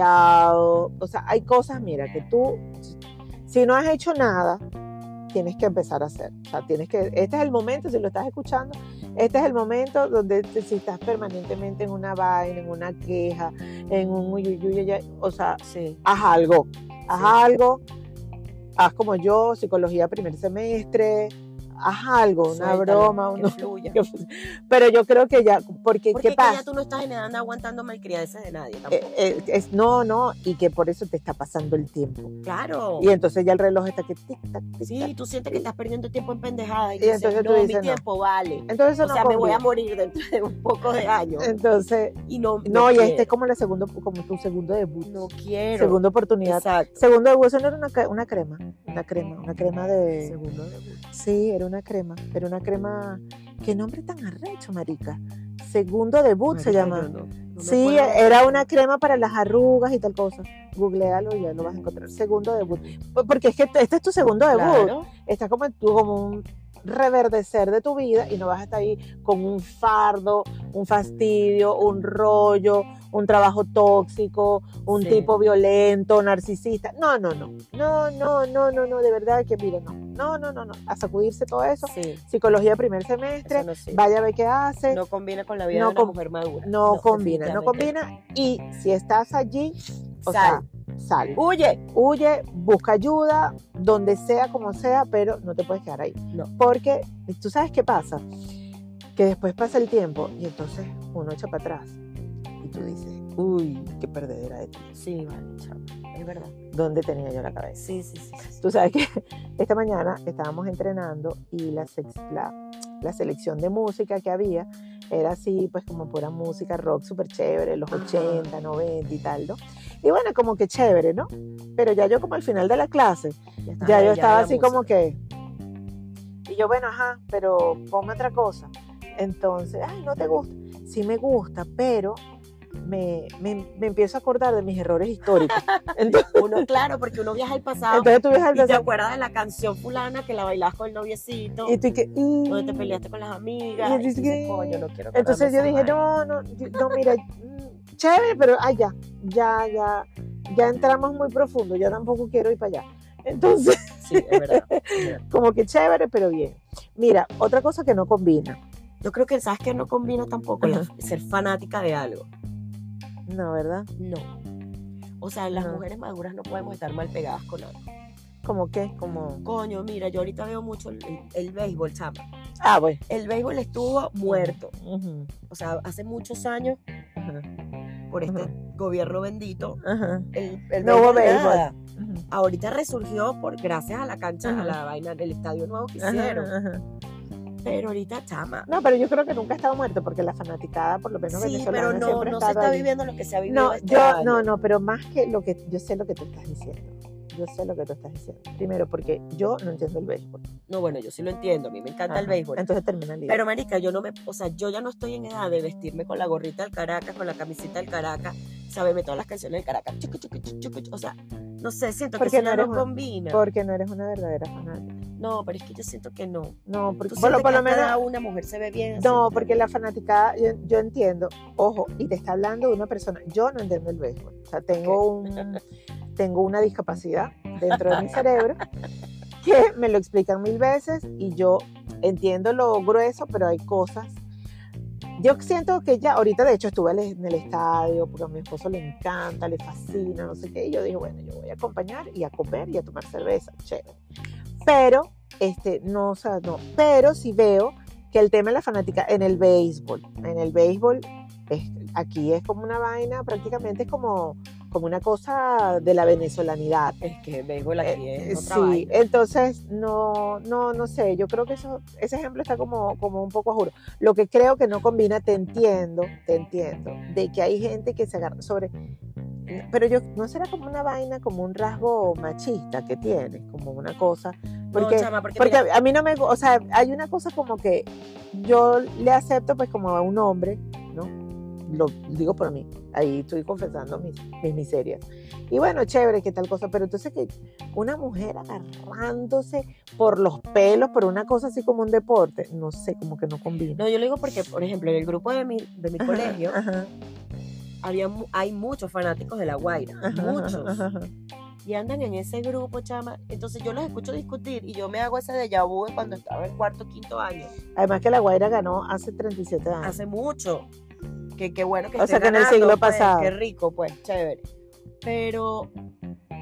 [SPEAKER 1] malcriados. O sea, hay cosas, mira, que tú, si no has hecho nada, tienes que empezar a hacer. O sea, tienes que, este es el momento, si lo estás escuchando, este es el momento donde te- si estás permanentemente en una vaina, en una queja, en un uyuyuy, ya- o sea,
[SPEAKER 2] Sí.
[SPEAKER 1] haz algo, haz
[SPEAKER 2] Sí.
[SPEAKER 1] algo, haz como yo, psicología primer semestre, haz algo, una
[SPEAKER 2] Suéltalo,
[SPEAKER 1] broma,
[SPEAKER 2] que
[SPEAKER 1] uno-
[SPEAKER 2] fluya.
[SPEAKER 1] pero yo creo que ya, porque,
[SPEAKER 2] Porque
[SPEAKER 1] ¿qué
[SPEAKER 2] es que
[SPEAKER 1] pasa?
[SPEAKER 2] ya tú no estás generando aguantando malcriadeces de nadie
[SPEAKER 1] Eh,
[SPEAKER 2] tampoco.
[SPEAKER 1] eh, es, no, no, y que por eso te está pasando el tiempo.
[SPEAKER 2] claro.
[SPEAKER 1] Y entonces ya el reloj está que tic, tac, tic,
[SPEAKER 2] Sí,
[SPEAKER 1] tac.
[SPEAKER 2] tú sientes que estás perdiendo tiempo en pendejadas. Y,
[SPEAKER 1] Y
[SPEAKER 2] dices,
[SPEAKER 1] entonces tú
[SPEAKER 2] no,
[SPEAKER 1] dices,
[SPEAKER 2] mi
[SPEAKER 1] no.
[SPEAKER 2] tiempo vale.
[SPEAKER 1] Entonces eso
[SPEAKER 2] O
[SPEAKER 1] no
[SPEAKER 2] sea, me voy
[SPEAKER 1] conviene.
[SPEAKER 2] a morir dentro de un poco de años.
[SPEAKER 1] Entonces,
[SPEAKER 2] Y no,
[SPEAKER 1] no, y este es
[SPEAKER 2] quiero,
[SPEAKER 1] como la segundo, como tu segundo debut,
[SPEAKER 2] No quiero.
[SPEAKER 1] segunda oportunidad.
[SPEAKER 2] Exacto.
[SPEAKER 1] Segundo debut, eso no era una, cre- una crema, una crema, una crema de...
[SPEAKER 2] Segundo debut.
[SPEAKER 1] Sí, era una crema, era una crema... ¿Qué nombre tan arrecho, marica? Segundo debut se
[SPEAKER 2] Marica,
[SPEAKER 1] llama.
[SPEAKER 2] yo no- no me
[SPEAKER 1] Sí,
[SPEAKER 2] acuerdo.
[SPEAKER 1] era una crema para las arrugas y tal cosa. Googlealo y ya lo vas a encontrar. Segundo debut. P- Porque es que este es tu segundo debut.
[SPEAKER 2] Claro.
[SPEAKER 1] Está como en tu, como un reverdecer de tu vida y no vas a estar ahí con un fardo, un fastidio, un rollo, un trabajo tóxico, un
[SPEAKER 2] Sí.
[SPEAKER 1] tipo violento, narcisista. No, no, no. No, no, no, no, no. De verdad que mire, no. No, no, no, no. A sacudirse todo eso.
[SPEAKER 2] Sí,
[SPEAKER 1] Psicología primer
[SPEAKER 2] eso
[SPEAKER 1] semestre.
[SPEAKER 2] no, sirve.
[SPEAKER 1] Vaya a ver qué hace
[SPEAKER 2] No combina con la vida
[SPEAKER 1] No
[SPEAKER 2] de una
[SPEAKER 1] com-
[SPEAKER 2] mujer madura.
[SPEAKER 1] no, combina, no
[SPEAKER 2] definitivamente
[SPEAKER 1] combina. Y si estás allí, o
[SPEAKER 2] Sal.
[SPEAKER 1] sea, sal.
[SPEAKER 2] Huye.
[SPEAKER 1] Huye, busca ayuda, donde sea, como sea, pero no te puedes quedar ahí.
[SPEAKER 2] No.
[SPEAKER 1] Porque tú sabes qué pasa, que después pasa el tiempo y entonces uno echa para atrás. Y tú dices, uy, qué perdedera de ti.
[SPEAKER 2] Sí, vale, chao. es verdad.
[SPEAKER 1] dónde tenía yo la cabeza.
[SPEAKER 2] Sí, sí, sí. sí, sí.
[SPEAKER 1] Tú sabes que esta mañana estábamos entrenando y la, sex- la, la selección de música que había era así, pues como pura música rock súper chévere, los
[SPEAKER 2] Ajá.
[SPEAKER 1] 80, 90 y tal, ¿no? Y bueno, como que chévere, ¿no? Pero ya yo como al final de la clase, ya
[SPEAKER 2] estaba-
[SPEAKER 1] yo
[SPEAKER 2] había
[SPEAKER 1] estaba así
[SPEAKER 2] música.
[SPEAKER 1] como que... Y yo, bueno, ajá, pero ponme otra cosa. Entonces, ay, no te gusta. Sí me gusta, pero me, me- me empiezo a acordar de mis errores históricos. Entonces,
[SPEAKER 2] Uno, claro, porque uno viaja al pasado.
[SPEAKER 1] entonces tú ves al
[SPEAKER 2] Ah, y te
[SPEAKER 1] pasado
[SPEAKER 2] acuerdas de la canción fulana que la bailás con el noviecito,
[SPEAKER 1] y tú y que... "Mm".
[SPEAKER 2] donde te peleaste con las amigas.
[SPEAKER 1] Y
[SPEAKER 2] y
[SPEAKER 1] dices
[SPEAKER 2] dices,
[SPEAKER 1] que-
[SPEAKER 2] "Coño, no quiero acordarme
[SPEAKER 1] Entonces yo
[SPEAKER 2] esa
[SPEAKER 1] dije,
[SPEAKER 2] vaina".
[SPEAKER 1] no, no, yo- no, mira, mm, chévere, pero allá, ya, ya, ya entramos muy profundo, yo tampoco quiero ir para allá. Entonces,
[SPEAKER 2] Sí, es verdad. es verdad.
[SPEAKER 1] como que chévere, pero bien. Mira, otra cosa que no combina.
[SPEAKER 2] Yo creo que, ¿sabes que No combina tampoco la- ser fanática de algo.
[SPEAKER 1] No, ¿verdad?
[SPEAKER 2] No. O sea, las
[SPEAKER 1] No.
[SPEAKER 2] mujeres maduras no podemos estar mal pegadas con algo.
[SPEAKER 1] Como que, como...
[SPEAKER 2] Coño, mira, yo ahorita veo mucho el, el- el béisbol, chama.
[SPEAKER 1] Ah, bueno.
[SPEAKER 2] El béisbol estuvo muerto.
[SPEAKER 1] Ujú,
[SPEAKER 2] O sea, hace muchos años,
[SPEAKER 1] ajá,
[SPEAKER 2] por este
[SPEAKER 1] Ajá.
[SPEAKER 2] gobierno bendito,
[SPEAKER 1] ajá.
[SPEAKER 2] el, el
[SPEAKER 1] No hubo
[SPEAKER 2] nada.
[SPEAKER 1] béisbol. Ujú,
[SPEAKER 2] Ahorita resurgió por gracias a la cancha,
[SPEAKER 1] Ajá.
[SPEAKER 2] a la vaina del estadio nuevo que
[SPEAKER 1] ajá,
[SPEAKER 2] hicieron.
[SPEAKER 1] ajá.
[SPEAKER 2] Pero ahorita, chama.
[SPEAKER 1] No, pero yo creo que nunca ha estado muerto porque la fanaticada, por lo menos
[SPEAKER 2] sí,
[SPEAKER 1] venezolana,
[SPEAKER 2] pero no,
[SPEAKER 1] siempre ha
[SPEAKER 2] no se
[SPEAKER 1] estado
[SPEAKER 2] está
[SPEAKER 1] ahí.
[SPEAKER 2] viviendo lo que se ha vivido.
[SPEAKER 1] No,
[SPEAKER 2] este
[SPEAKER 1] yo,
[SPEAKER 2] año.
[SPEAKER 1] no, no, pero más que lo que yo sé lo que tú estás diciendo. Yo sé lo que tú estás diciendo. Primero, porque yo no entiendo el béisbol.
[SPEAKER 2] No, bueno, yo sí lo entiendo. A mí me encanta el
[SPEAKER 1] Ajá.
[SPEAKER 2] béisbol.
[SPEAKER 1] Entonces termina el día.
[SPEAKER 2] Pero marica, yo no me, o sea, yo ya no estoy en edad de vestirme con la gorrita del Caracas, con la camiseta del Caracas, saberme todas las canciones del Caracas. chucu, chucu, chucu, chucu, chucu. o sea, no sé, siento que
[SPEAKER 1] Porque
[SPEAKER 2] eso
[SPEAKER 1] no
[SPEAKER 2] ya
[SPEAKER 1] eres
[SPEAKER 2] no
[SPEAKER 1] una-
[SPEAKER 2] combina.
[SPEAKER 1] porque no eres una verdadera fanática.
[SPEAKER 2] No, pero es que yo siento que no.
[SPEAKER 1] No, porque
[SPEAKER 2] Tú
[SPEAKER 1] por lo, por
[SPEAKER 2] sientes que
[SPEAKER 1] lo
[SPEAKER 2] a cada
[SPEAKER 1] menos.
[SPEAKER 2] una mujer se ve bien.
[SPEAKER 1] No,
[SPEAKER 2] así?
[SPEAKER 1] porque la fanaticada, yo, yo entiendo, ojo, y te está hablando de una persona. Yo no entiendo el béisbol. O sea, tengo un tengo una discapacidad dentro de mi cerebro que me lo explican mil veces y yo entiendo lo grueso, pero hay cosas. Yo siento que ya, ahorita de hecho estuve en el estadio porque a mi esposo le encanta, le fascina, no sé qué, y yo dije, bueno, yo voy a acompañar y a comer y a tomar cerveza, chévere. Pero, este, no, o sea, no, pero sí veo que el tema de la fanática en el béisbol, en el béisbol, es- aquí es como una vaina, prácticamente es como, como una cosa de la venezolanidad.
[SPEAKER 2] Es que el béisbol aquí
[SPEAKER 1] Eh,
[SPEAKER 2] es
[SPEAKER 1] sí,
[SPEAKER 2] otra vaina.
[SPEAKER 1] entonces no, no, no sé, yo creo que eso, ese ejemplo está como, como un poco juro. Lo que creo que no combina, te entiendo, te entiendo, de que hay gente que se agarra sobre, pero yo, ¿no será como una vaina, como un rasgo machista que tienes, como una cosa? Porque,
[SPEAKER 2] no, chama, porque,
[SPEAKER 1] porque
[SPEAKER 2] mira,
[SPEAKER 1] a mí no me, gu- o sea, hay una cosa como que yo le acepto pues como a un hombre, ¿no? Lo digo por mí, ahí estoy confesando mis, mis miserias. Y bueno, chévere, qué tal cosa, pero entonces que una mujer agarrándose por los pelos, por una cosa así como un deporte, no sé, como que no combina.
[SPEAKER 2] no, yo lo digo porque, por ejemplo, en el grupo de mi, de mi
[SPEAKER 1] Ajá,
[SPEAKER 2] colegio
[SPEAKER 1] ajá,
[SPEAKER 2] había, mu- hay muchos fanáticos de La Guaira,
[SPEAKER 1] ajá,
[SPEAKER 2] muchos.
[SPEAKER 1] ajá, ajá.
[SPEAKER 2] y andan en ese grupo, chama. Entonces yo los escucho discutir y yo me hago ese déjà vu de cuando estaba en cuarto, quinto año.
[SPEAKER 1] Además que la Guaira ganó hace 37 años.
[SPEAKER 2] Hace mucho. Que qué bueno que
[SPEAKER 1] Ah. O
[SPEAKER 2] esté
[SPEAKER 1] sea, que en el
[SPEAKER 2] ganando,
[SPEAKER 1] siglo
[SPEAKER 2] pues,
[SPEAKER 1] pasado.
[SPEAKER 2] Qué rico, pues, chévere. Pero,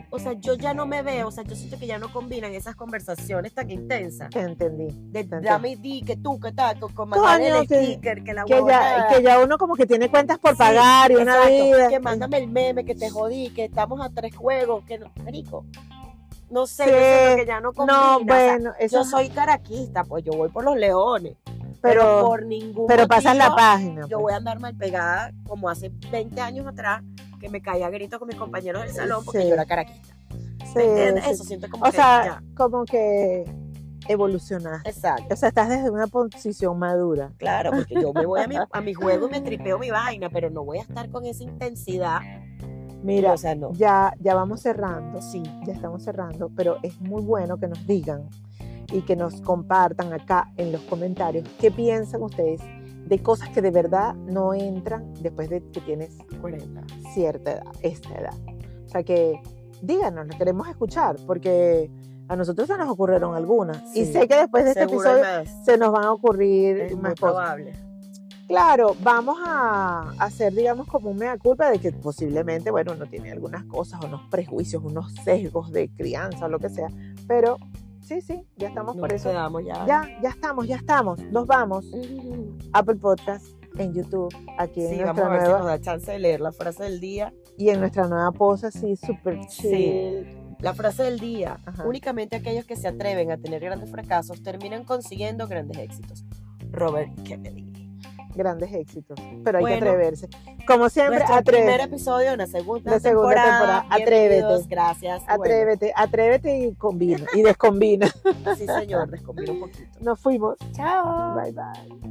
[SPEAKER 2] o sea, yo ya no me veo, o sea, yo siento que ya no combinan esas conversaciones tan intensas.
[SPEAKER 1] Te entendí.
[SPEAKER 2] De
[SPEAKER 1] Tanto.
[SPEAKER 2] dame y di, que tú, que tal, que con mandarle
[SPEAKER 1] Coño,
[SPEAKER 2] el
[SPEAKER 1] que-
[SPEAKER 2] sticker, que la
[SPEAKER 1] Que ya,
[SPEAKER 2] huevonada.
[SPEAKER 1] que ya uno como que tiene cuentas por
[SPEAKER 2] Sí,
[SPEAKER 1] pagar y una
[SPEAKER 2] Exacto,
[SPEAKER 1] vida.
[SPEAKER 2] Que mándame el meme, que te jodí, que estamos a tres juegos, que no, rico. No sé,
[SPEAKER 1] Sí.
[SPEAKER 2] yo siento que ya no combina.
[SPEAKER 1] No,
[SPEAKER 2] o sea,
[SPEAKER 1] bueno, eso
[SPEAKER 2] Yo
[SPEAKER 1] es-
[SPEAKER 2] soy caraquista, pues yo voy por los leones. Pero,
[SPEAKER 1] pero,
[SPEAKER 2] por ningún
[SPEAKER 1] pero pasas la
[SPEAKER 2] motivo
[SPEAKER 1] página.
[SPEAKER 2] Yo
[SPEAKER 1] pues.
[SPEAKER 2] voy a andar mal pegada como hace 20 años atrás, que me caía a gritos con mis compañeros del salón porque
[SPEAKER 1] Sí.
[SPEAKER 2] yo era caraquista.
[SPEAKER 1] Sí,
[SPEAKER 2] ¿Me entiendes?
[SPEAKER 1] pues. sí.
[SPEAKER 2] Eso siento como
[SPEAKER 1] O
[SPEAKER 2] que
[SPEAKER 1] sea,
[SPEAKER 2] ya.
[SPEAKER 1] como que evolucionaste.
[SPEAKER 2] Exacto.
[SPEAKER 1] O sea, estás desde una posición madura.
[SPEAKER 2] Claro, porque yo me voy a mi, a mi juego y me tripeo mi vaina, pero no voy a estar con esa intensidad.
[SPEAKER 1] Mira,
[SPEAKER 2] o sea, no.
[SPEAKER 1] ya, ya vamos cerrando,
[SPEAKER 2] Sí.
[SPEAKER 1] ya estamos cerrando, pero es muy bueno que nos digan y que nos compartan acá en los comentarios qué piensan ustedes de cosas que de verdad no entran después de que tienes
[SPEAKER 2] 40.
[SPEAKER 1] cierta edad, esta edad. O sea que díganos, lo queremos escuchar, porque a nosotros se nos ocurrieron algunas. Y
[SPEAKER 2] Sí,
[SPEAKER 1] sé que después de este
[SPEAKER 2] Seguro hay
[SPEAKER 1] episodio
[SPEAKER 2] más.
[SPEAKER 1] se nos van a ocurrir
[SPEAKER 2] Es muy
[SPEAKER 1] más cosas.
[SPEAKER 2] probable.
[SPEAKER 1] Claro, vamos a hacer, digamos, como un mea culpa de que posiblemente, bueno, uno tiene algunas cosas, unos prejuicios, unos sesgos de crianza o lo que sea, pero sí, sí, ya estamos por
[SPEAKER 2] Nos
[SPEAKER 1] eso.
[SPEAKER 2] quedamos ya.
[SPEAKER 1] Ya, ya estamos, ya estamos, nos vamos.
[SPEAKER 2] Mm.
[SPEAKER 1] Apple Podcast, en YouTube, aquí en
[SPEAKER 2] Sí,
[SPEAKER 1] nuestra
[SPEAKER 2] vamos a ver si
[SPEAKER 1] nueva.
[SPEAKER 2] nos da chance de leer la frase del día.
[SPEAKER 1] Y en nuestra nueva pose, sí, súper
[SPEAKER 2] Sí.
[SPEAKER 1] chill.
[SPEAKER 2] La frase del día,
[SPEAKER 1] Ajá.
[SPEAKER 2] únicamente aquellos que se atreven a tener grandes fracasos terminan consiguiendo grandes éxitos. Robert Kennedy.
[SPEAKER 1] Grandes éxitos. Pero hay que
[SPEAKER 2] Bueno.
[SPEAKER 1] atreverse. Como siempre,
[SPEAKER 2] Nuestro primer
[SPEAKER 1] atrévete.
[SPEAKER 2] episodio de la segunda,
[SPEAKER 1] La segunda temporada.
[SPEAKER 2] Bienvenidos,
[SPEAKER 1] Atrévete.
[SPEAKER 2] Gracias. Y bueno,
[SPEAKER 1] Atrévete, atrévete y combina. Y descombina.
[SPEAKER 2] sí, señor, descubrí un poquito.
[SPEAKER 1] Nos fuimos.
[SPEAKER 2] Chao.
[SPEAKER 1] Bye, bye.